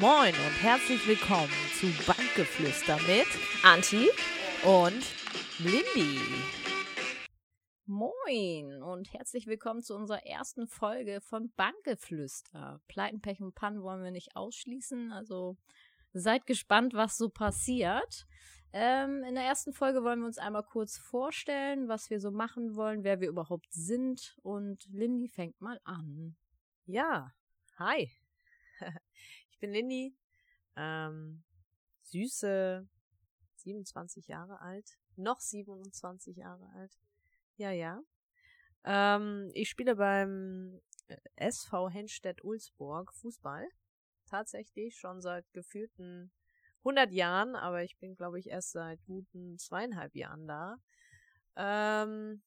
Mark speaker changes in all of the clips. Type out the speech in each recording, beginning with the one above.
Speaker 1: Moin und herzlich willkommen zu Bankgeflüster mit
Speaker 2: Anti.
Speaker 1: und Lindy.
Speaker 2: Moin und herzlich willkommen zu unserer ersten Folge von Bankeflüster. Pleiten, Pech und Pannen wollen wir nicht ausschließen, also seid gespannt, was so passiert. Ähm, in der ersten Folge wollen wir uns einmal kurz vorstellen, was wir so machen wollen, wer wir überhaupt sind und Lindy fängt mal an.
Speaker 3: Ja, hi. ich bin Lindy, ähm, süße 27 Jahre alt, noch 27 Jahre alt. Ja, ja. Ähm, ich spiele beim äh, SV Henstedt-Ulsburg Fußball. Tatsächlich schon seit gefühlten 100 Jahren, aber ich bin, glaube ich, erst seit guten zweieinhalb Jahren da. Ähm,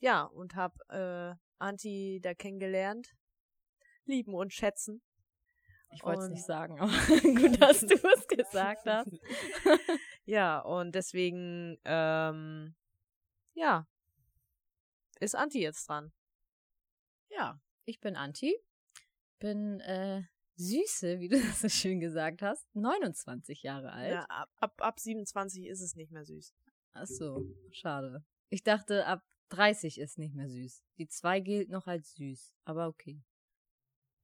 Speaker 3: ja, und habe äh, Anti da kennengelernt lieben und schätzen.
Speaker 2: Ich wollte es
Speaker 3: Und-
Speaker 2: nicht sagen, aber gut, dass du es gesagt hast.
Speaker 3: Ja, und deswegen, ähm, ja, ist Anti jetzt dran.
Speaker 1: Ja,
Speaker 2: Ich bin Anti, bin äh, süße, wie du das so schön gesagt hast, 29 Jahre alt.
Speaker 3: Ja, ab, ab, ab 27 ist es nicht mehr süß.
Speaker 2: Ach so, schade. Ich dachte, ab 30 ist nicht mehr süß. Die 2 gilt noch als süß, aber okay.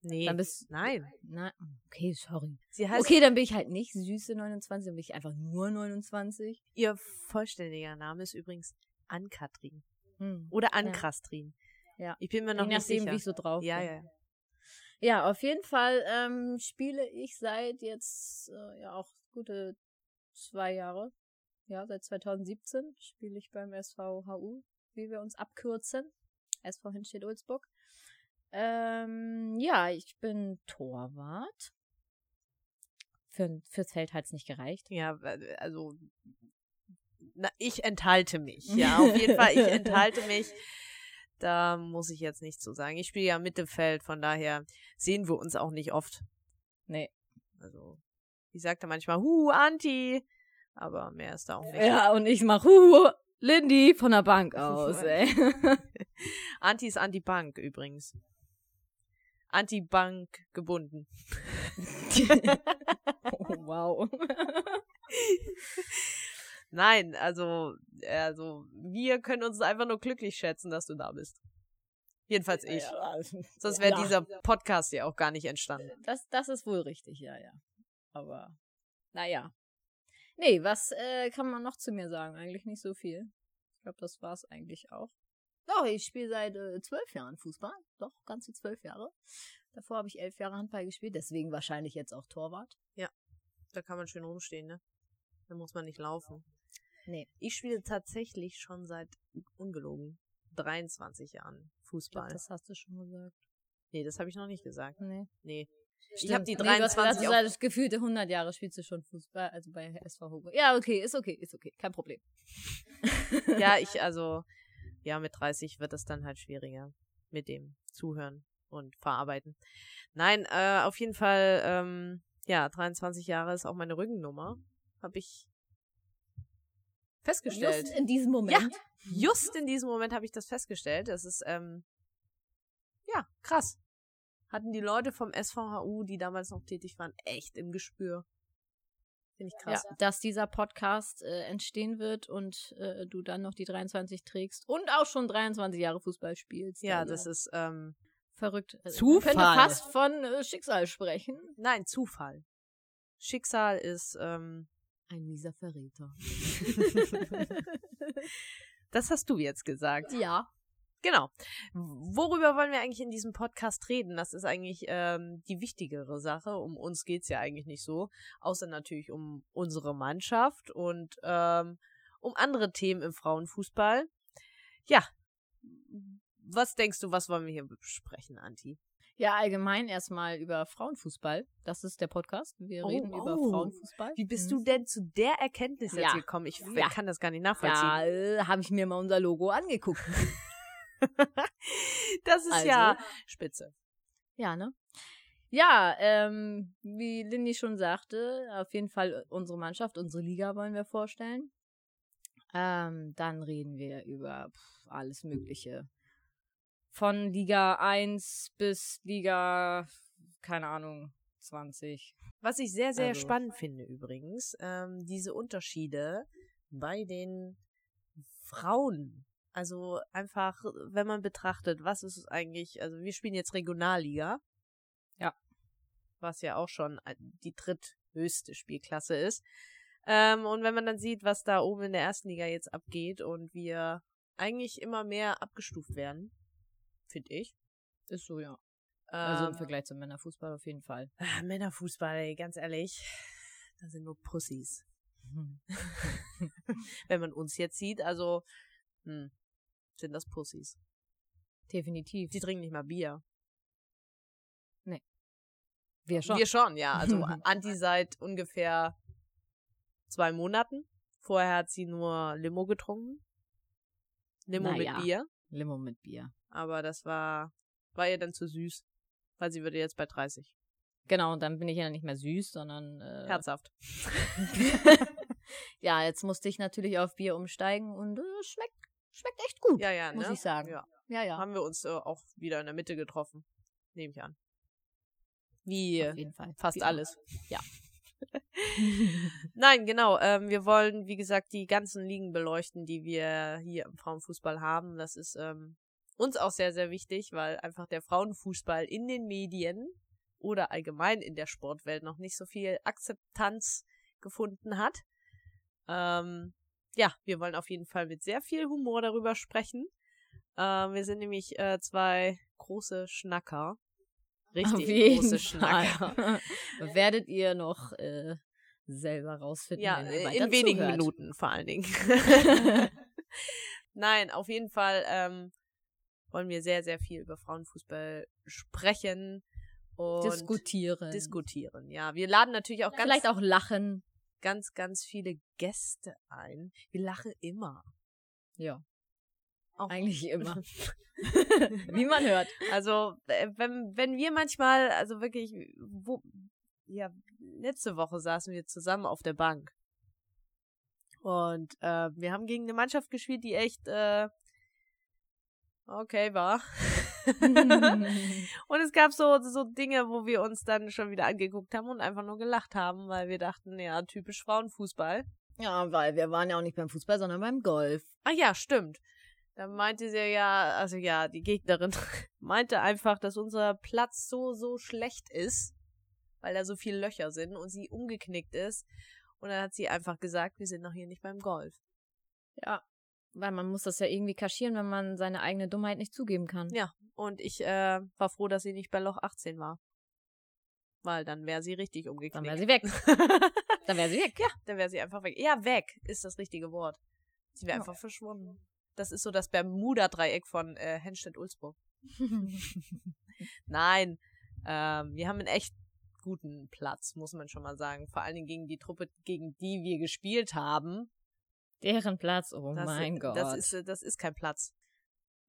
Speaker 3: Nee.
Speaker 2: Dann bist
Speaker 3: Nein.
Speaker 2: Na, okay, sorry.
Speaker 3: Sie heißt,
Speaker 2: okay, dann bin ich halt nicht süße 29, dann bin ich einfach nur 29.
Speaker 3: ihr vollständiger Name ist übrigens Ankatrin.
Speaker 2: Hm.
Speaker 3: Oder Ankastrin.
Speaker 2: Ja.
Speaker 3: Ich bin mir
Speaker 2: Je
Speaker 3: noch nicht
Speaker 2: nachdem,
Speaker 3: sicher.
Speaker 2: wie ich so drauf
Speaker 3: ja,
Speaker 2: bin.
Speaker 3: ja.
Speaker 2: Ja, auf jeden Fall ähm, spiele ich seit jetzt äh, ja auch gute zwei Jahre. Ja, seit 2017 spiele ich beim SVHU, wie wir uns abkürzen. SV Hinstedt Ulzburg. Ähm, ja, ich bin Torwart. Für, fürs Feld hat's nicht gereicht.
Speaker 3: Ja, also na, ich enthalte mich. Ja, auf jeden Fall, ich enthalte mich. Da muss ich jetzt nichts zu sagen. Ich spiele ja Mittelfeld, von daher sehen wir uns auch nicht oft.
Speaker 2: Nee.
Speaker 3: Also, ich sagte manchmal, hu, Anti, aber mehr ist da auch nicht.
Speaker 2: Ja, und ich mach Huhu, Lindy von der Bank aus, ey.
Speaker 3: Anti ist Anti-Bank übrigens. Anti-Bank gebunden.
Speaker 2: oh, wow.
Speaker 3: Nein, also, also, wir können uns einfach nur glücklich schätzen, dass du da bist. Jedenfalls ich. Sonst wäre
Speaker 2: Ja.
Speaker 3: dieser Podcast ja auch gar nicht entstanden.
Speaker 2: Das, das ist wohl richtig, ja, ja. Aber, naja. Nee, was äh, kann man noch zu mir sagen? Eigentlich nicht so viel. Ich glaube, das war's eigentlich auch. Doch, ich spiele seit äh, zwölf Jahren Fußball. Doch, ganze zwölf Jahre. Davor habe ich elf Jahre Handball gespielt, deswegen wahrscheinlich jetzt auch Torwart.
Speaker 3: Da kann man schön rumstehen, ne? Da muss man nicht laufen.
Speaker 2: Nee.
Speaker 3: Ich spiele tatsächlich schon seit ungelogen 23 Jahren
Speaker 2: Ich glaub,
Speaker 3: Fußball.
Speaker 2: das hast du schon gesagt.
Speaker 3: nee, das habe ich noch nicht gesagt.
Speaker 2: Nee.
Speaker 3: Nee.
Speaker 2: Stimmt.
Speaker 3: hab die
Speaker 2: Nee, du hast gesagt,
Speaker 3: 23
Speaker 2: du seit das gefühlte 100 Jahre spielst du schon Fußball, also bei SV Hugo. Ja, okay, ist okay, ist okay, kein Problem.
Speaker 3: Ja, ich also ja, mit 30 wird das dann halt schwieriger mit dem Zuhören und Verarbeiten. Nein, äh, auf jeden Fall ähm, ja, 23 Jahre ist auch meine Rückennummer, habe ich festgestellt.
Speaker 2: Just in diesem Moment.
Speaker 3: Just in diesem Moment habe ich das festgestellt. Das ist, ähm, ja, krass. Hatten die Leute vom SVHU, die damals noch tätig waren, echt im Gespür. Finde ich krass.
Speaker 2: Ja, dass dieser Podcast äh, entstehen wird und äh, du dann noch die 23 trägst und auch schon 23 Jahre Fußball spielst.
Speaker 3: Ja,
Speaker 2: Also,
Speaker 3: das ist, ähm,
Speaker 2: verrückt. Also,
Speaker 3: Zufall.
Speaker 2: Man könnte fast von äh, Schicksal sprechen.
Speaker 3: nein, Zufall. Schicksal ist, ähm,
Speaker 2: Ein mieser Verräter.
Speaker 3: das hast du jetzt gesagt.
Speaker 2: ja.
Speaker 3: Genau. Worüber wollen wir eigentlich in diesem Podcast reden? Das ist eigentlich ähm, die wichtigere Sache. Um uns geht's ja eigentlich nicht so. Außer natürlich um unsere Mannschaft und ähm, um andere Themen im Frauenfußball. Ja. Was denkst du, was wollen wir hier besprechen, Anti?
Speaker 2: Ja, allgemein erstmal über Frauenfußball. Das ist der Podcast. Wir
Speaker 3: Oh,
Speaker 2: reden über
Speaker 3: oh.
Speaker 2: Frauenfußball.
Speaker 3: Wie bist
Speaker 2: Mhm.
Speaker 3: du denn zu der Erkenntnis jetzt
Speaker 2: Ja.
Speaker 3: gekommen? Ich
Speaker 2: Ja.
Speaker 3: kann das gar nicht nachvollziehen.
Speaker 2: Da äh, habe ich mir mal unser Logo angeguckt.
Speaker 3: Das ist
Speaker 2: Also,
Speaker 3: ja spitze.
Speaker 2: Ja, ne? Ja, ähm, wie Lindy schon sagte, auf jeden Fall äh, unsere Mannschaft, unsere Liga wollen wir vorstellen. Ähm, dann reden wir über pff, alles Mögliche. Von Liga 1 bis Liga, keine Ahnung, 20.
Speaker 3: Was ich sehr, sehr
Speaker 2: Also-
Speaker 3: spannend finde übrigens, ähm, diese Unterschiede bei den Frauen. Also einfach, wenn man betrachtet, was ist es eigentlich, also wir spielen jetzt Regionalliga.
Speaker 2: Ja.
Speaker 3: Was ja auch schon äh, die dritthöchste Spielklasse ist. Ähm, und wenn man dann sieht, was da oben in der ersten Liga jetzt abgeht und wir eigentlich immer mehr abgestuft werden, finde ich.
Speaker 2: Ist so, ja. Also im
Speaker 3: Ähm,
Speaker 2: Vergleich zum Männerfußball auf jeden Fall.
Speaker 3: Ah, Männerfußball, ey, ganz ehrlich, da sind nur Pussys.
Speaker 2: Mhm.
Speaker 3: Wenn man uns jetzt sieht, also hm, sind das Pussys.
Speaker 2: Definitiv.
Speaker 3: Die trinken nicht mal Bier.
Speaker 2: Wir schon.
Speaker 3: Wir schon, ja. Also Anti seit ungefähr zwei Monaten. Vorher hat sie nur Limo getrunken. Limo
Speaker 2: Naja.
Speaker 3: mit Bier.
Speaker 2: Limo mit Bier.
Speaker 3: Aber das war, war ihr dann zu süß. Weil sie würde jetzt bei 30.
Speaker 2: Genau, und dann bin ich ja nicht mehr süß, sondern äh,
Speaker 3: Herzhaft.
Speaker 2: ja, jetzt musste ich natürlich auf Bier umsteigen und äh, schmeckt, schmeckt echt gut.
Speaker 3: Ja, ja,
Speaker 2: muss
Speaker 3: ne?
Speaker 2: ich sagen.
Speaker 3: Ja.
Speaker 2: ja. ja.
Speaker 3: Haben wir uns äh, auch wieder in der Mitte getroffen. Nehme ich an. Wie
Speaker 2: Auf jeden Fall. Genau.
Speaker 3: fast
Speaker 2: Wie
Speaker 3: alles.
Speaker 2: immer.
Speaker 3: Nein, genau. Ähm, wir wollen, wie gesagt, die ganzen Ligen beleuchten, die wir hier im Frauenfußball haben. Das ist ähm, uns auch sehr, sehr wichtig, weil einfach der Frauenfußball in den Medien oder allgemein in der Sportwelt noch nicht so viel Akzeptanz gefunden hat. Ähm, ja, wir wollen auf jeden Fall mit sehr viel Humor darüber sprechen. Ähm, wir sind nämlich äh, zwei große Schnacker. Richtig
Speaker 2: Auf jeden
Speaker 3: große Schnacker.
Speaker 2: Fall. Werdet ihr noch äh, selber rausfinden,
Speaker 3: Ja,
Speaker 2: wenn ihr
Speaker 3: äh,
Speaker 2: weiter
Speaker 3: in wenigen
Speaker 2: zuhört.
Speaker 3: Minuten vor allen Dingen. Nein, auf jeden Fall ähm, wollen wir sehr, sehr viel über Frauenfußball sprechen und
Speaker 2: Diskutieren.
Speaker 3: diskutieren. Ja, wir laden natürlich auch ganz,
Speaker 2: Vielleicht auch lachen.
Speaker 3: ganz, ganz viele Gäste ein. Wir lachen immer.
Speaker 2: Ja.
Speaker 3: Auch-
Speaker 2: Eigentlich immer. Wie man hört.
Speaker 3: Also, äh, wenn, wenn wir manchmal, also wirklich, wo, ja, letzte Woche saßen wir zusammen auf der Bank. Und äh, wir haben gegen eine Mannschaft gespielt, die echt äh, okay war. und es gab so, so Dinge, wo wir uns dann schon wieder angeguckt haben und einfach nur gelacht haben, weil wir dachten, ja, typisch Frauenfußball.
Speaker 2: ja, weil wir waren ja auch nicht beim Fußball, sondern beim Golf.
Speaker 3: Ah ja, stimmt. Da meinte sie ja, also ja, die Gegnerin meinte einfach, dass unser Platz so, so schlecht ist, weil da so viele Löcher sind und sie umgeknickt ist. Und dann hat sie einfach gesagt, wir sind noch hier nicht beim Golf.
Speaker 2: Ja. Weil man muss das ja irgendwie kaschieren, wenn man seine eigene Dummheit nicht zugeben kann.
Speaker 3: Ja. Und ich äh, war froh, dass sie nicht bei Loch 18 war. Weil dann wäre sie richtig
Speaker 2: Dann wäre
Speaker 3: umgeknickt.
Speaker 2: sie weg. Dann wäre sie weg. Ja.
Speaker 3: dann wäre sie einfach weg. Ja, weg ist das richtige Wort. Sie wäre
Speaker 2: Ja.
Speaker 3: einfach verschwunden. Das ist so das Bermuda-Dreieck von äh, Henstedt-Ulsburg. Nein, ähm, wir haben einen echt guten Platz, muss man schon mal sagen. Vor allen Dingen gegen die Truppe, gegen die wir gespielt haben.
Speaker 2: Deren Platz, oh
Speaker 3: Das,
Speaker 2: mein Gott.
Speaker 3: Das ist, äh, das ist kein Platz.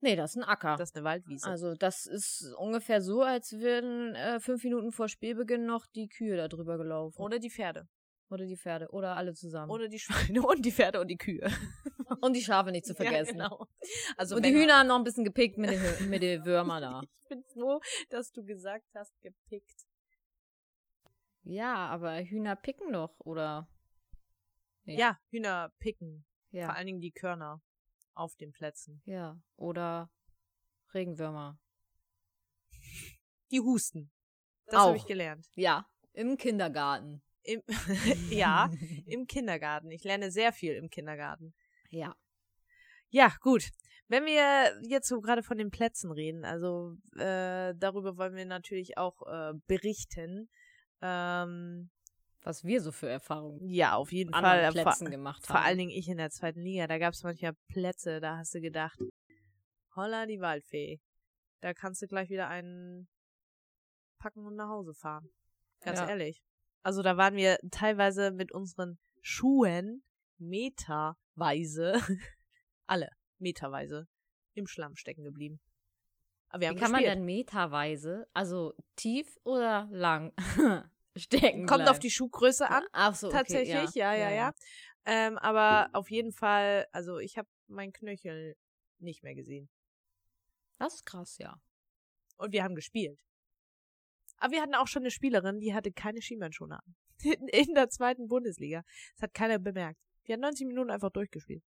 Speaker 2: nee, das ist ein Acker.
Speaker 3: Das ist eine Waldwiese.
Speaker 2: Also das ist ungefähr so, als würden äh, fünf Minuten vor Spielbeginn noch die Kühe da drüber gelaufen.
Speaker 3: Ohne die Pferde.
Speaker 2: Oder die Pferde. Oder alle zusammen.
Speaker 3: Ohne die Schweine und die Pferde und die Kühe.
Speaker 2: und die Schafe nicht zu vergessen.
Speaker 3: Ja, genau. Also
Speaker 2: und die
Speaker 3: wenn-
Speaker 2: Hühner haben noch ein bisschen gepickt mit den, Hü- mit den Würmern da.
Speaker 3: Ich bin froh, dass du gesagt hast, gepickt.
Speaker 2: Ja, aber Hühner picken doch, oder? Nee.
Speaker 3: Ja, Hühner picken. Vor
Speaker 2: Ja.
Speaker 3: allen Dingen die Körner auf den Plätzen.
Speaker 2: Ja. Oder Regenwürmer.
Speaker 3: Die husten. Das
Speaker 2: Auch.
Speaker 3: habe ich gelernt.
Speaker 2: Ja. Im Kindergarten.
Speaker 3: Im, ja, im Kindergarten. Ich lerne sehr viel im Kindergarten.
Speaker 2: Ja.
Speaker 3: Ja, gut. Wenn wir jetzt so gerade von den Plätzen reden, also äh, darüber wollen wir natürlich auch äh, berichten. Ähm,
Speaker 2: Was wir so für Erfahrungen
Speaker 3: ja, auf jeden
Speaker 2: mit anderen
Speaker 3: Fall. äh, Vor,
Speaker 2: Plätzen gemacht haben.
Speaker 3: vor allen Dingen ich in der zweiten Liga. Da gab es manchmal Plätze, da hast du gedacht, holla die Waldfee. Da kannst du gleich wieder einen packen und nach Hause fahren. Ganz
Speaker 2: Ja.
Speaker 3: ehrlich. Also da waren wir teilweise mit unseren Schuhen meterweise, alle meterweise, im Schlamm stecken geblieben. Aber wir haben
Speaker 2: Wie kann man
Speaker 3: gespielt.
Speaker 2: denn meterweise, also tief oder lang stecken?
Speaker 3: Kommt auf
Speaker 2: bleiben?
Speaker 3: die Schuhgröße an.
Speaker 2: Ach so, okay,
Speaker 3: tatsächlich, ja, ja, ja. Ähm, aber auf jeden Fall, also ich habe meinen Knöchel nicht mehr gesehen.
Speaker 2: Das ist krass, ja.
Speaker 3: Und wir haben gespielt. Aber wir hatten auch schon eine Spielerin, die hatte keine Schienbeinschoner an. In der zweiten Bundesliga. Das hat keiner bemerkt. Die hat 90 Minuten einfach durchgespielt.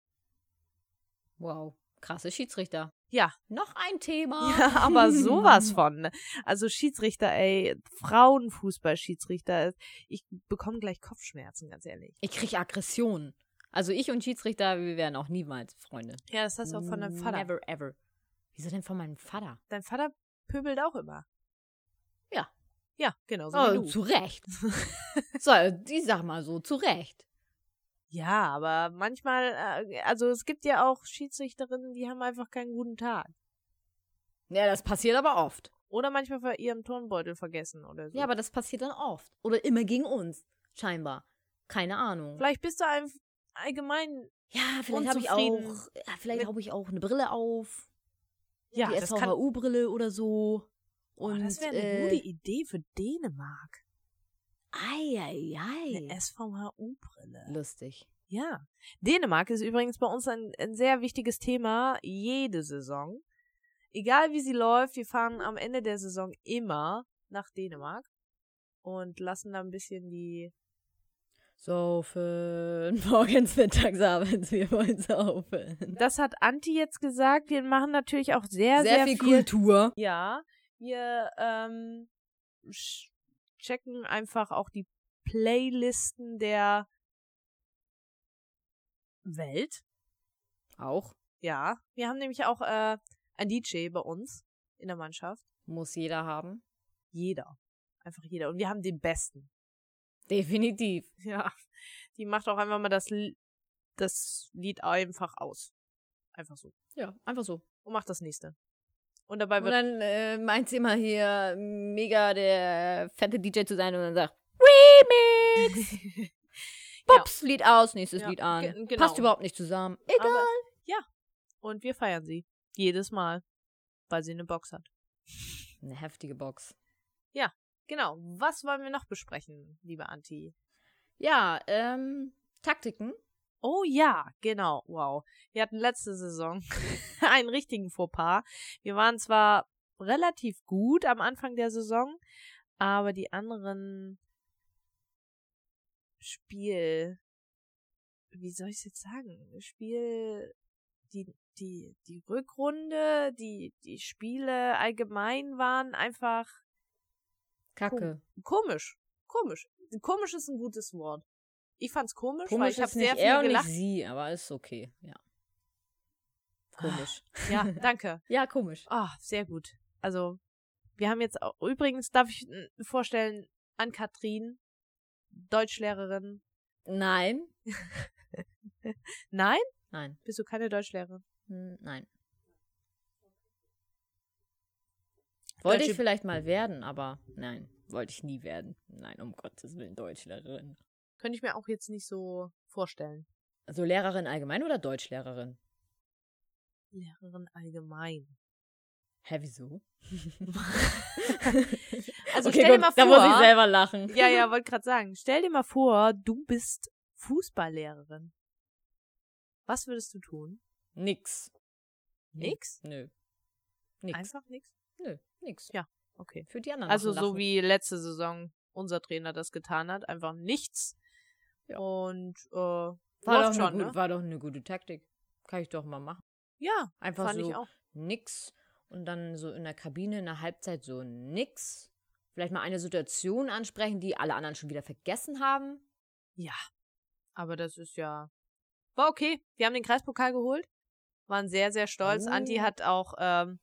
Speaker 2: Wow. Krasse Schiedsrichter.
Speaker 3: Ja.
Speaker 2: Noch ein Thema.
Speaker 3: Ja, aber sowas von. ne? Also Schiedsrichter, ey, Frauenfußball-Schiedsrichter. Ich bekomme gleich Kopfschmerzen, ganz ehrlich.
Speaker 2: Ich krieg Aggression. Also ich und Schiedsrichter, wir wären auch niemals Freunde.
Speaker 3: Ja, das hast du auch von deinem Vater.
Speaker 2: Never ever. Wieso denn von meinem Vater?
Speaker 3: Dein Vater pöbelt auch immer.
Speaker 2: Ja.
Speaker 3: Ja, genau so wie
Speaker 2: Oh,
Speaker 3: du.
Speaker 2: zu Recht. so, ich sag mal so, zu Recht.
Speaker 3: Ja, aber manchmal, äh, also es gibt ja auch Schiedsrichterinnen, die haben einfach keinen guten Tag.
Speaker 2: Ja, das passiert aber oft.
Speaker 3: Oder manchmal ver- ihren Turnbeutel vergessen oder so.
Speaker 2: Ja, aber das passiert dann oft. Oder immer gegen uns. Scheinbar. Keine Ahnung.
Speaker 3: vielleicht bist du ein, allgemein,
Speaker 2: ja, vielleicht habe ich auch,
Speaker 3: unzufrieden
Speaker 2: ja, vielleicht
Speaker 3: mit-
Speaker 2: habe ich auch eine Brille auf.
Speaker 3: ja,
Speaker 2: die
Speaker 3: das kann,
Speaker 2: SVHU-Brille oder so.
Speaker 3: oh,
Speaker 2: Und,
Speaker 3: das wäre eine
Speaker 2: äh,
Speaker 3: gute Idee für Dänemark.
Speaker 2: Ei, ei,
Speaker 3: Eine
Speaker 2: ei.
Speaker 3: SVHU-Brille.
Speaker 2: Lustig.
Speaker 3: Ja. Dänemark ist übrigens bei uns ein, ein sehr wichtiges Thema jede Saison. Egal wie sie läuft, wir fahren am Ende der Saison immer nach Dänemark und lassen da ein bisschen die
Speaker 2: Saufen. Morgens, mittags, abends. Wir wollen saufen.
Speaker 3: Das hat Anti jetzt gesagt. Wir machen natürlich auch sehr, sehr,
Speaker 2: Sehr viel Kultur.
Speaker 3: Ja, wir ähm, sch- checken einfach auch die Playlisten der Welt.
Speaker 2: Auch.
Speaker 3: Ja, wir haben nämlich auch äh, ein DJ bei uns in der Mannschaft.
Speaker 2: Muss jeder haben.
Speaker 3: Jeder. Einfach jeder. Und wir haben den Besten.
Speaker 2: Definitiv.
Speaker 3: Ja. Die macht auch einfach mal das, L- das Lied einfach aus. Einfach so.
Speaker 2: Ja, einfach so.
Speaker 3: Und macht das nächste. Und dabei
Speaker 2: Und
Speaker 3: wird
Speaker 2: dann äh, meint sie immer hier mega der fette DJ zu sein und dann sagt Remix. Pops, Lied aus, nächstes
Speaker 3: Ja,
Speaker 2: Lied an.
Speaker 3: ge- genau.
Speaker 2: Passt überhaupt nicht zusammen. Egal.
Speaker 3: Aber, ja. Und wir feiern sie. Jedes Mal. Weil sie eine Box hat.
Speaker 2: Eine heftige Box.
Speaker 3: Genau. Was wollen wir noch besprechen, liebe Anti?
Speaker 2: Ja, ähm, Taktiken.
Speaker 3: Oh ja, genau. Wow. Wir hatten letzte Saison einen richtigen Fauxpas. Wir waren zwar relativ gut am Anfang der Saison, aber die anderen Spiel, wie soll ich es jetzt sagen? Spiel, die, die, die Rückrunde, die, die Spiele allgemein waren einfach
Speaker 2: Kacke.
Speaker 3: komisch. Komisch. Komisch ist ein gutes Wort. Ich fand's komisch, weil
Speaker 2: Komisch
Speaker 3: ich habe
Speaker 2: ist
Speaker 3: sehr
Speaker 2: nicht er
Speaker 3: viel
Speaker 2: und nicht
Speaker 3: gelacht.
Speaker 2: sie, aber ist okay. Ja. Komisch.
Speaker 3: Ja, danke.
Speaker 2: ja, komisch.
Speaker 3: Ah, sehr gut. Also, wir haben jetzt auch, übrigens darf ich n- vorstellen, an Katrin, Deutschlehrerin.
Speaker 2: Nein.
Speaker 3: Nein?
Speaker 2: Nein.
Speaker 3: Bist du keine Deutschlehrerin?
Speaker 2: Hm, Nein. Wollte
Speaker 3: Deutsche-
Speaker 2: ich vielleicht mal werden, aber nein, wollte ich nie werden. Nein, um Gottes Willen, Deutschlehrerin.
Speaker 3: Könnte ich mir auch jetzt nicht so vorstellen.
Speaker 2: Also Lehrerin allgemein oder Deutschlehrerin?
Speaker 3: Lehrerin allgemein.
Speaker 2: Hä, wieso?
Speaker 3: Also
Speaker 2: Okay,
Speaker 3: stell dir
Speaker 2: gut,
Speaker 3: mal
Speaker 2: Da
Speaker 3: vor.
Speaker 2: muss ich selber lachen.
Speaker 3: ja, ja, wollte gerade sagen. Stell dir mal vor, du bist Fußballlehrerin. Was würdest du tun?
Speaker 2: Nix.
Speaker 3: Nix?
Speaker 2: Nö. Nix.
Speaker 3: Einfach nichts?
Speaker 2: Nö, nix.
Speaker 3: Ja. Okay.
Speaker 2: Für die anderen.
Speaker 3: Also
Speaker 2: machen
Speaker 3: so
Speaker 2: lachen.
Speaker 3: wie letzte Saison unser Trainer das getan hat, einfach nichts.
Speaker 2: Ja.
Speaker 3: Und äh, war
Speaker 2: War doch,
Speaker 3: läuft
Speaker 2: eine
Speaker 3: schon,
Speaker 2: gute,
Speaker 3: ne?
Speaker 2: war doch eine gute Taktik. Kann ich doch mal machen.
Speaker 3: Ja,
Speaker 2: Einfach
Speaker 3: fand
Speaker 2: so
Speaker 3: ich auch.
Speaker 2: nix und dann so in der Kabine in der Halbzeit so nix. Vielleicht mal eine Situation ansprechen, die alle anderen schon wieder vergessen haben.
Speaker 3: Ja. Aber das ist ja war okay. Wir haben den Kreispokal geholt, waren sehr sehr stolz.
Speaker 2: Oh.
Speaker 3: Anti hat auch ähm,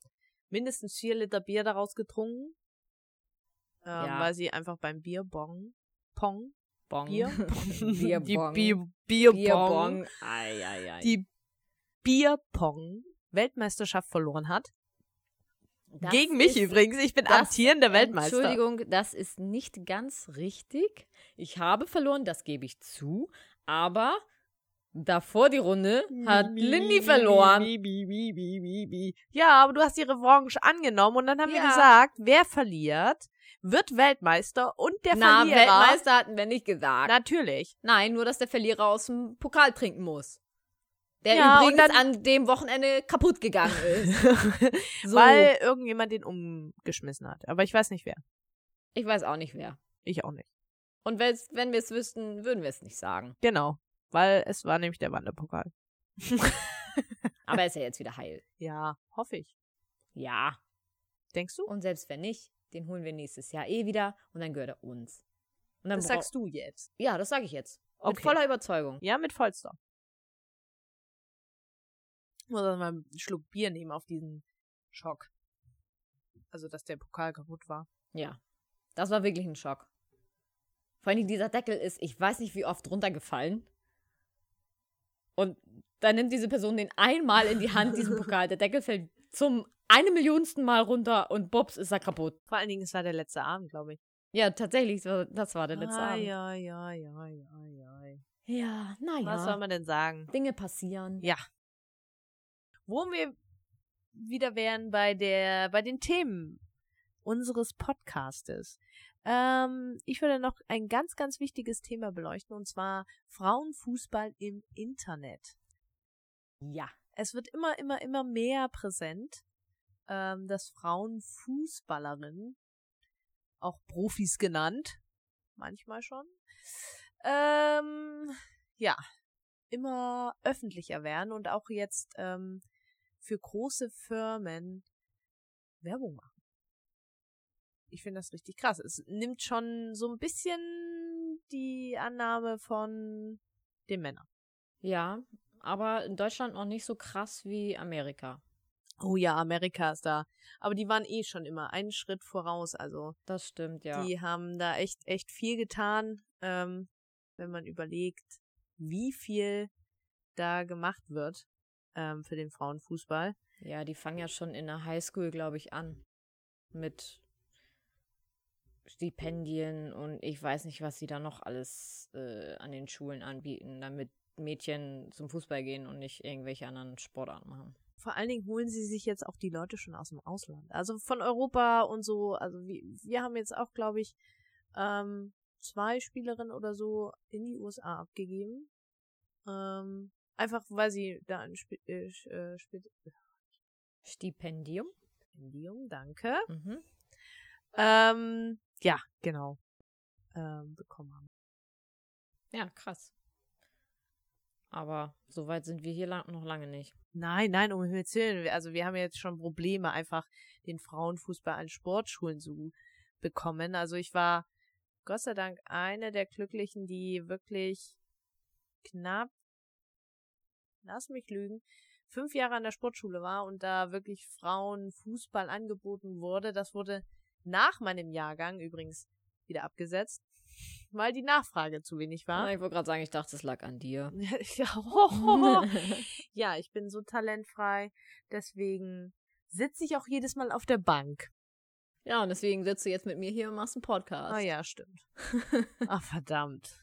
Speaker 3: mindestens vier Liter Bier daraus getrunken, ähm,
Speaker 2: Ja.
Speaker 3: weil sie einfach beim Bierbong Pong
Speaker 2: Bong.
Speaker 3: Bier die
Speaker 2: Bierbong.
Speaker 3: Bier, Bierbong,
Speaker 2: Bierbong. Ei, ei, ei.
Speaker 3: die Bierpong Weltmeisterschaft verloren hat.
Speaker 2: Das
Speaker 3: Gegen mich
Speaker 2: ist-
Speaker 3: übrigens. Ich bin
Speaker 2: das-
Speaker 3: amtierender Weltmeister.
Speaker 2: Entschuldigung, das ist nicht ganz richtig. Ich habe verloren, das gebe ich zu. Aber davor die Runde hat Lindy verloren.
Speaker 3: Bi, bi, bi, bi, bi, bi. Ja, aber du hast die Revanche angenommen und dann haben wir
Speaker 2: Ja.
Speaker 3: gesagt, wer verliert, wird Weltmeister und der
Speaker 2: Na,
Speaker 3: Verlierer.
Speaker 2: Weltmeister hatten wir nicht gesagt.
Speaker 3: Natürlich.
Speaker 2: Nein, nur dass der Verlierer aus dem Pokal trinken muss. Der
Speaker 3: Ja, und
Speaker 2: übrigens an dem Wochenende kaputt gegangen ist. So.
Speaker 3: Weil irgendjemand den umgeschmissen hat. Aber ich weiß nicht wer.
Speaker 2: Ich weiß auch nicht wer.
Speaker 3: Ich auch nicht.
Speaker 2: Und wenn's- wenn wir es wüssten, würden wir es nicht sagen.
Speaker 3: Genau. Weil es war nämlich der Wanderpokal.
Speaker 2: Aber er ist ja jetzt wieder heil.
Speaker 3: Ja, hoffe ich.
Speaker 2: Ja.
Speaker 3: Denkst du?
Speaker 2: Und selbst wenn nicht, den holen wir nächstes Jahr eh wieder und dann gehört er uns. Und dann
Speaker 3: Das
Speaker 2: brau-
Speaker 3: sagst du jetzt.
Speaker 2: Ja, das sage ich jetzt. Mit
Speaker 3: Okay.
Speaker 2: voller Überzeugung.
Speaker 3: Ja, mit Vollstorm. Muss dann mal einen Schluck Bier nehmen auf diesen Schock. Also, dass der Pokal kaputt war.
Speaker 2: Ja. Das war wirklich ein Schock. Vor allem dieser Deckel ist, ich weiß nicht wie oft runtergefallen. Und dann nimmt diese Person den einmal in die Hand, diesen Pokal. Der Deckel fällt zum eine Millionsten Mal runter und bobs ist er kaputt.
Speaker 3: Vor allen Dingen, es war der letzte Abend, glaube ich.
Speaker 2: Ja, tatsächlich, das war- das war der letzte Abend. Ja,
Speaker 3: Ah, Ja, ja, ja, ja, ja.
Speaker 2: naja.
Speaker 3: Was soll man denn sagen?
Speaker 2: Dinge passieren.
Speaker 3: Ja. Wo wir wieder wären bei der, bei den Themen unseres Podcastes. Ähm, ich würde noch ein ganz, ganz wichtiges Thema beleuchten und zwar Frauenfußball im Internet.
Speaker 2: Ja.
Speaker 3: Es wird immer, immer, immer mehr präsent, ähm, dass Frauenfußballerinnen, auch Profis genannt, manchmal schon, ähm, ja, immer öffentlicher werden und auch jetzt ähm, für große Firmen Werbung machen. Ich finde das richtig krass. Es nimmt schon so ein bisschen die Annahme von den Männern.
Speaker 2: Ja, aber in Deutschland noch nicht so krass wie Amerika.
Speaker 3: Oh ja, Amerika ist da. Aber die waren eh schon immer einen Schritt voraus. Also
Speaker 2: Das stimmt, ja.
Speaker 3: die haben da echt, echt viel getan, ähm, wenn man überlegt, wie viel da gemacht wird ähm, für den Frauenfußball.
Speaker 2: Ja, die fangen ja schon in der Highschool, glaube ich, an. Mit Stipendien und ich weiß nicht, was sie da noch alles äh, an den Schulen anbieten, damit Mädchen zum Fußball gehen und nicht irgendwelche anderen Sportarten machen.
Speaker 3: Vor allen Dingen holen sie sich jetzt auch die Leute schon aus dem Ausland. Also von Europa und so. Also wir, wir haben jetzt auch, glaube ich, ähm, zwei Spielerinnen oder so in die USA abgegeben. Ähm, einfach, weil sie da ein Sp äh, Sch- äh, Sp
Speaker 2: Stipendium?
Speaker 3: Stipendium, danke.
Speaker 2: Mhm.
Speaker 3: Ähm, ja, genau. Ähm, bekommen haben.
Speaker 2: Ja, krass. Aber so weit sind wir hier lang noch lange nicht.
Speaker 3: Nein, nein, um Himmels Willen. Also wir haben jetzt schon Probleme, einfach den Frauenfußball an Sportschulen zu bekommen. Also ich war Gott sei Dank eine der Glücklichen, die wirklich knapp, lass mich lügen, fünf Jahre an der Sportschule war und da wirklich Frauenfußball angeboten wurde. Das wurde nach meinem Jahrgang übrigens wieder abgesetzt, weil die Nachfrage zu wenig war.
Speaker 2: Ah, Ich wollte gerade sagen, ich dachte, es lag an dir.
Speaker 3: ja, ho, ho, ho. ja, ich bin so talentfrei, deswegen sitze ich auch jedes Mal auf der Bank.
Speaker 2: ja, und deswegen sitzt du jetzt mit mir hier und machst einen Podcast.
Speaker 3: Ah ja, stimmt. Ah, verdammt.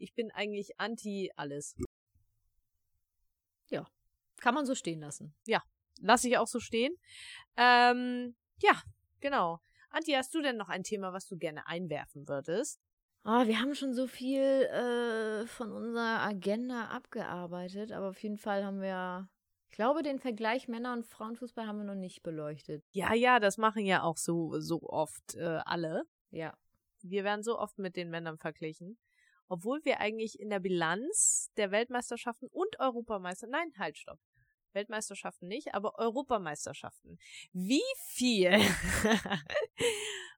Speaker 3: Ich bin eigentlich anti alles.
Speaker 2: Kann man so stehen lassen.
Speaker 3: Lass ich auch so stehen. Ähm, ja, genau. Anti, hast du denn noch ein Thema, was du gerne einwerfen würdest?
Speaker 2: Ah, wir haben schon so viel äh, von unserer Agenda abgearbeitet, aber auf jeden Fall haben wir, ich glaube, den Vergleich Männer- und Frauenfußball haben wir noch nicht beleuchtet.
Speaker 3: Ja, ja, das machen ja auch so, so oft äh, alle.
Speaker 2: Ja,
Speaker 3: Wir werden so oft mit den Männern verglichen. Obwohl wir eigentlich in der Bilanz der Weltmeisterschaften und Europameister, nein, halt, stopp. Weltmeisterschaften nicht, aber Europameisterschaften. Wie viel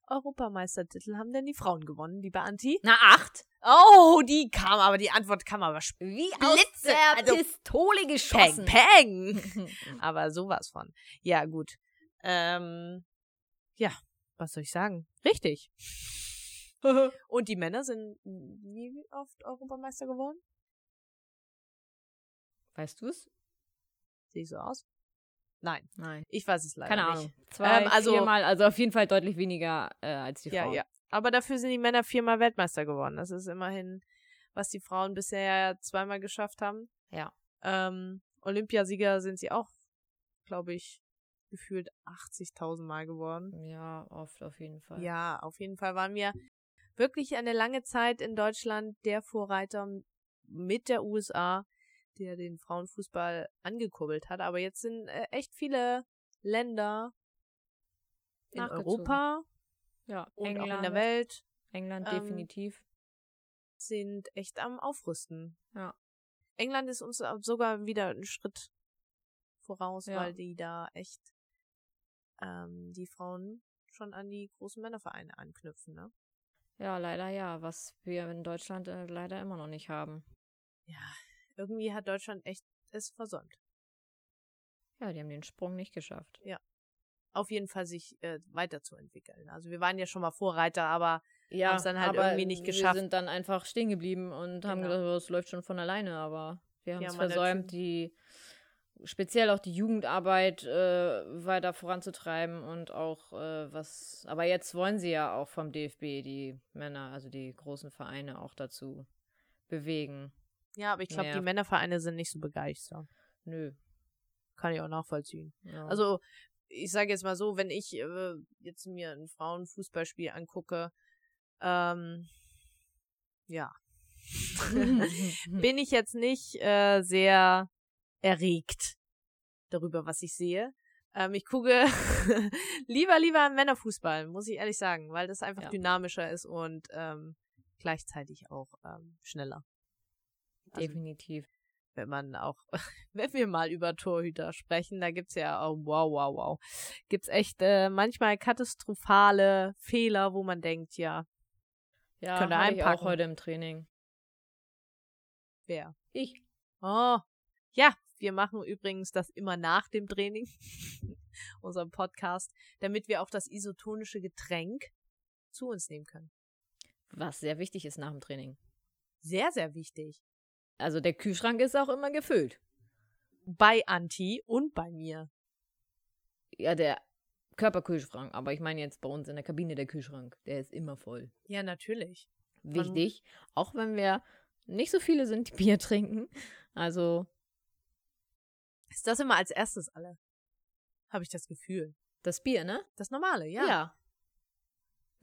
Speaker 3: Europameistertitel haben denn die Frauen gewonnen, liebe Anti?
Speaker 2: na acht,
Speaker 3: Oh, die kam aber, die Antwort kam aber sp-
Speaker 2: wie aus
Speaker 3: Blitze,
Speaker 2: der
Speaker 3: also-
Speaker 2: Pistole
Speaker 3: Peng,
Speaker 2: geschossen.
Speaker 3: peng. Aber sowas von. Ja, gut. Ähm, ja, was soll ich sagen? Richtig. Und die Männer sind wie oft Europameister geworden?
Speaker 2: Weißt du es?
Speaker 3: Sehe ich so aus? Nein,
Speaker 2: Nein,
Speaker 3: ich weiß es leider
Speaker 2: keine
Speaker 3: nicht.
Speaker 2: Ahnung. Zwei,
Speaker 3: Ähm, also-
Speaker 2: viermal, also auf jeden Fall deutlich weniger äh, als die
Speaker 3: Ja,
Speaker 2: Frauen.
Speaker 3: ja. Aber dafür sind die Männer viermal Weltmeister geworden. Das ist immerhin, was die Frauen bisher zweimal geschafft haben.
Speaker 2: Ja.
Speaker 3: Ähm, Olympiasieger sind sie auch, glaube ich, gefühlt 80.000 Mal geworden.
Speaker 2: ja, oft auf jeden Fall.
Speaker 3: Ja, auf jeden Fall waren wir wirklich eine lange Zeit in Deutschland der Vorreiter mit der USA, der den Frauenfußball angekurbelt hat. Aber jetzt sind äh, echt viele Länder in
Speaker 2: Nachgezogen.
Speaker 3: Europa
Speaker 2: Ja,
Speaker 3: und
Speaker 2: England,
Speaker 3: auch in der Welt
Speaker 2: England
Speaker 3: Ähm,
Speaker 2: definitiv.
Speaker 3: sind echt am Aufrüsten.
Speaker 2: Ja.
Speaker 3: England ist uns ab- sogar wieder einen Schritt voraus,
Speaker 2: Ja.
Speaker 3: weil die da echt ähm, die Frauen schon an die großen Männervereine anknüpfen, ne?
Speaker 2: Ja, leider ja, was wir in Deutschland äh, leider immer noch nicht haben.
Speaker 3: Ja, irgendwie hat Deutschland echt es versäumt.
Speaker 2: Ja, die haben den Sprung nicht geschafft.
Speaker 3: Auf jeden Fall sich äh, weiterzuentwickeln. Also wir waren ja schon mal Vorreiter, aber
Speaker 2: Ja,
Speaker 3: Haben's dann halt irgendwie nicht geschafft.
Speaker 2: Wir sind dann einfach stehen geblieben und haben
Speaker 3: Genau.
Speaker 2: gedacht, oh, es läuft schon von alleine, aber wir haben
Speaker 3: Ja,
Speaker 2: es
Speaker 3: man,
Speaker 2: versäumt, die speziell auch die Jugendarbeit äh, weiter voranzutreiben und auch äh, was. Aber jetzt wollen sie ja auch vom DFB die Männer, also die großen Vereine auch dazu bewegen.
Speaker 3: ja, aber ich glaube,
Speaker 2: Ja.
Speaker 3: die Männervereine sind nicht so begeistert.
Speaker 2: Nö.
Speaker 3: Kann ich auch nachvollziehen.
Speaker 2: Ja.
Speaker 3: Also ich sage jetzt mal so, wenn ich äh, jetzt mir ein Frauenfußballspiel angucke, ähm, ja, bin ich jetzt nicht äh, sehr erregt darüber, was ich sehe. Ähm, ich gucke lieber, lieber an Männerfußball, muss ich ehrlich sagen, weil das einfach
Speaker 2: Ja.
Speaker 3: dynamischer ist und ähm, gleichzeitig auch ähm, schneller. Also
Speaker 2: definitiv.
Speaker 3: wenn man auch, wenn wir mal über Torhüter sprechen, da gibt's ja auch, wow, wow, wow, gibt's echt äh, manchmal katastrophale Fehler, wo man denkt, ja,
Speaker 2: Ja,
Speaker 3: könnte
Speaker 2: hab ich auch
Speaker 3: einpacken.
Speaker 2: heute im Training.
Speaker 3: wer?
Speaker 2: Ich.
Speaker 3: Oh, ja, wir machen übrigens das immer nach dem Training, unserem Podcast, damit wir auch das isotonische Getränk zu uns nehmen können.
Speaker 2: Was sehr wichtig ist nach dem Training.
Speaker 3: Sehr, sehr wichtig.
Speaker 2: Also der Kühlschrank ist auch immer gefüllt.
Speaker 3: Bei Anti und bei mir.
Speaker 2: Ja, der Körperkühlschrank, aber ich meine jetzt bei uns in der Kabine der Kühlschrank, der ist immer voll.
Speaker 3: Ja, natürlich. Man-
Speaker 2: Wichtig, auch wenn wir nicht so viele sind, die Bier trinken. Also,
Speaker 3: Ist das immer als erstes alle? Habe ich das Gefühl.
Speaker 2: das Bier, ne?
Speaker 3: Das Normale,
Speaker 2: Wir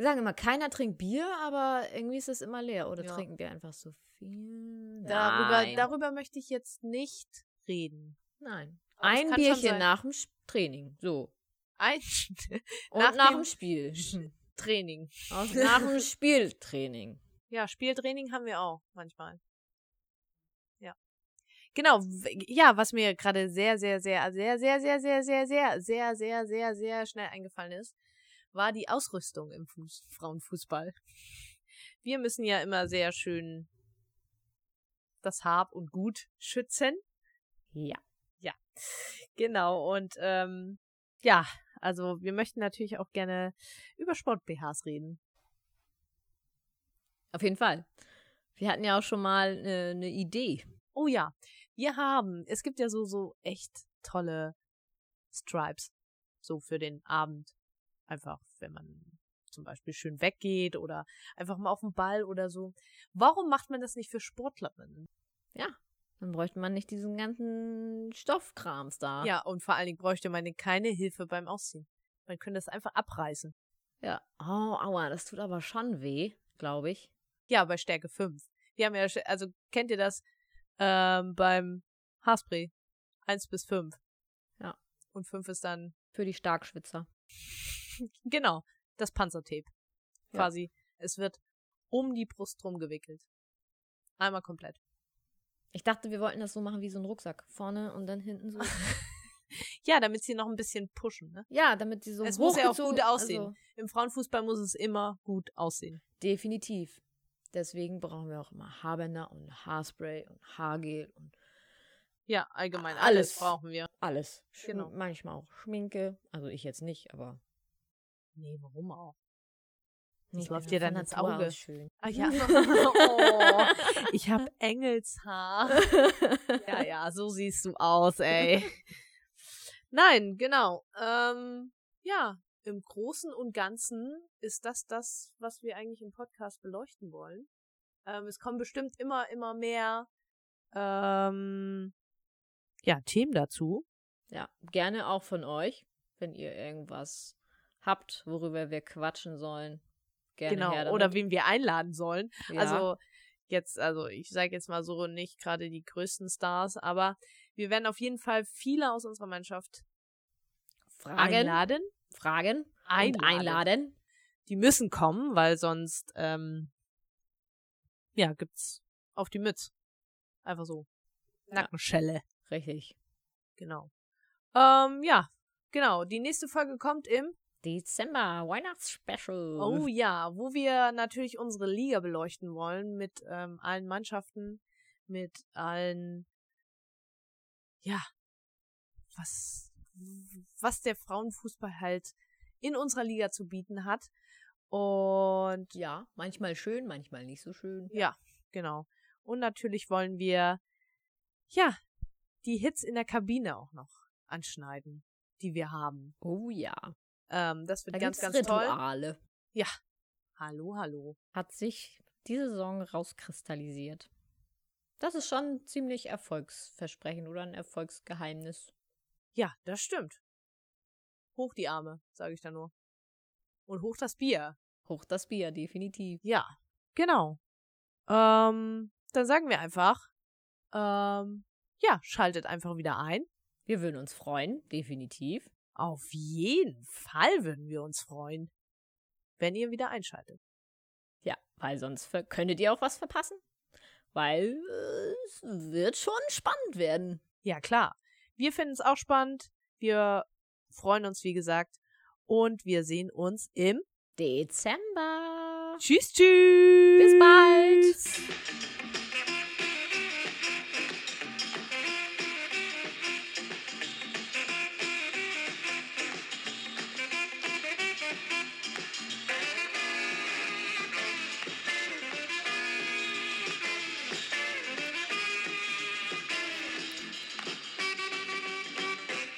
Speaker 2: sagen immer, keiner trinkt Bier, aber irgendwie ist es immer leer. Oder
Speaker 3: Ja.
Speaker 2: trinken wir einfach so viel?
Speaker 3: Darüber,
Speaker 2: Nein.
Speaker 3: darüber möchte ich jetzt nicht reden.
Speaker 2: Nein.
Speaker 3: Aber es
Speaker 2: Ein
Speaker 3: kann schon
Speaker 2: Bierchen
Speaker 3: sein.
Speaker 2: nach dem Sp- Training. So.
Speaker 3: Ein
Speaker 2: Und
Speaker 3: Nach
Speaker 2: nach,
Speaker 3: dem
Speaker 2: dem Spiel.
Speaker 3: Training.
Speaker 2: Aus, nach dem Spieltraining.
Speaker 3: Ja, Spieltraining haben wir auch manchmal. Ja. Genau, w- ja, was mir gerade sehr, sehr, sehr, sehr, sehr, sehr, sehr, sehr, sehr, sehr, sehr, sehr, sehr schnell eingefallen ist, war die Ausrüstung im Fuß Frauenfußball. Wir müssen ja immer sehr schön das Hab und Gut schützen.
Speaker 2: Ja.
Speaker 3: Genau, und ähm, ja, also wir möchten natürlich auch gerne über Sport-BHs reden.
Speaker 2: Auf jeden Fall. Wir hatten ja auch schon mal eine ne Idee.
Speaker 3: Oh ja, wir haben, es gibt ja so, so echt tolle Stripes, so für den Abend. Einfach, wenn man zum Beispiel schön weggeht oder einfach mal auf den Ball oder so. Warum macht man das nicht für Sportlerinnen?
Speaker 2: Dann bräuchte man nicht diesen ganzen Stoffkrams da.
Speaker 3: Ja, und vor allen Dingen bräuchte man keine Hilfe beim Ausziehen. Man könnte das einfach abreißen.
Speaker 2: Ja. Oh, aua, das tut aber schon weh, glaube ich.
Speaker 3: Ja, bei Stärke 5. Wir haben ja, sch- also kennt ihr das ähm, beim Haarspray? 1 bis 5.
Speaker 2: Ja.
Speaker 3: Und 5 ist dann,
Speaker 2: Für die Starkschwitzer.
Speaker 3: genau, das Panzertape.
Speaker 2: Ja.
Speaker 3: Quasi. Es wird um die Brust drum gewickelt. Einmal komplett.
Speaker 2: Ich dachte, wir wollten das so machen wie so ein Rucksack. Vorne und dann hinten so.
Speaker 3: Ja, damit sie noch ein bisschen pushen. Ne?
Speaker 2: ja, damit sie so
Speaker 3: Es muss ja auch
Speaker 2: hochgezogen-
Speaker 3: gut aussehen.
Speaker 2: Also,
Speaker 3: Im Frauenfußball muss es immer gut aussehen.
Speaker 2: definitiv. Deswegen brauchen wir auch immer Haarbänder und Haarspray und Haargel und
Speaker 3: Ja, allgemein.
Speaker 2: Alles.
Speaker 3: Alles, brauchen wir.
Speaker 2: alles.
Speaker 3: Genau.
Speaker 2: Genau. Manchmal auch Schminke. Also ich jetzt nicht, aber.
Speaker 3: Nee, warum auch?
Speaker 2: Nee, ich bin
Speaker 3: läuft dir
Speaker 2: von
Speaker 3: dann ins
Speaker 2: Natur
Speaker 3: Auge.
Speaker 2: aus Schön.
Speaker 3: Ah ja. oh, ich habe Engelshaar. Ja, ja, so siehst du aus, ey. Nein, genau. Ähm, ja, im Großen und Ganzen ist das das, was wir eigentlich im Podcast beleuchten wollen. Ähm, es kommen bestimmt immer, immer mehr ähm, ja, Themen dazu.
Speaker 2: Ja, gerne auch von euch, wenn ihr irgendwas habt, worüber wir quatschen sollen. Gerne her
Speaker 3: genau.
Speaker 2: damit.
Speaker 3: Oder wen wir einladen sollen.
Speaker 2: ja.
Speaker 3: Also jetzt, also ich sage jetzt mal so nicht gerade die größten Stars, aber wir werden auf jeden Fall viele aus unserer Mannschaft
Speaker 2: Fragen,
Speaker 3: einladen.
Speaker 2: Fragen
Speaker 3: Einladen.
Speaker 2: und einladen.
Speaker 3: die müssen kommen, weil sonst, ähm, ja, gibt's auf die Mütze. Einfach so. Nackenschelle.
Speaker 2: Richtig.
Speaker 3: Genau. Ähm, ja, genau. Die nächste Folge kommt im
Speaker 2: Dezember, Weihnachtsspecial.
Speaker 3: Oh ja, wo wir natürlich unsere Liga beleuchten wollen mit ähm, allen Mannschaften, mit allen, ja, was, was der Frauenfußball halt in unserer Liga zu bieten hat. Und
Speaker 2: Ja, manchmal schön, manchmal nicht so schön.
Speaker 3: ja, genau. Und natürlich wollen wir, ja, die Hits in der Kabine auch noch anschneiden, die wir haben.
Speaker 2: Oh ja.
Speaker 3: Ähm, das wird
Speaker 2: Da
Speaker 3: ganz,
Speaker 2: gibt's
Speaker 3: ganz toll.
Speaker 2: Rituale.
Speaker 3: Hallo, hallo.
Speaker 2: Hat sich diese Saison rauskristallisiert. Das ist schon ziemlich erfolgsversprechend oder ein Erfolgsgeheimnis.
Speaker 3: Ja, das stimmt. Hoch die Arme, sage ich da nur. Und hoch das Bier.
Speaker 2: Hoch das Bier, definitiv.
Speaker 3: Ja, genau. Ähm, dann sagen wir einfach, ähm, ja, schaltet einfach wieder ein.
Speaker 2: Wir würden uns freuen, definitiv.
Speaker 3: Auf jeden Fall würden wir uns freuen, wenn ihr wieder einschaltet.
Speaker 2: Ja, weil sonst ver- könntet ihr auch was verpassen. Weil äh, es wird schon spannend werden.
Speaker 3: Ja, klar. Wir finden es auch spannend. Wir freuen uns, wie gesagt. Und wir sehen uns im
Speaker 2: Dezember.
Speaker 3: Tschüss, tschüss.
Speaker 2: Bis bald.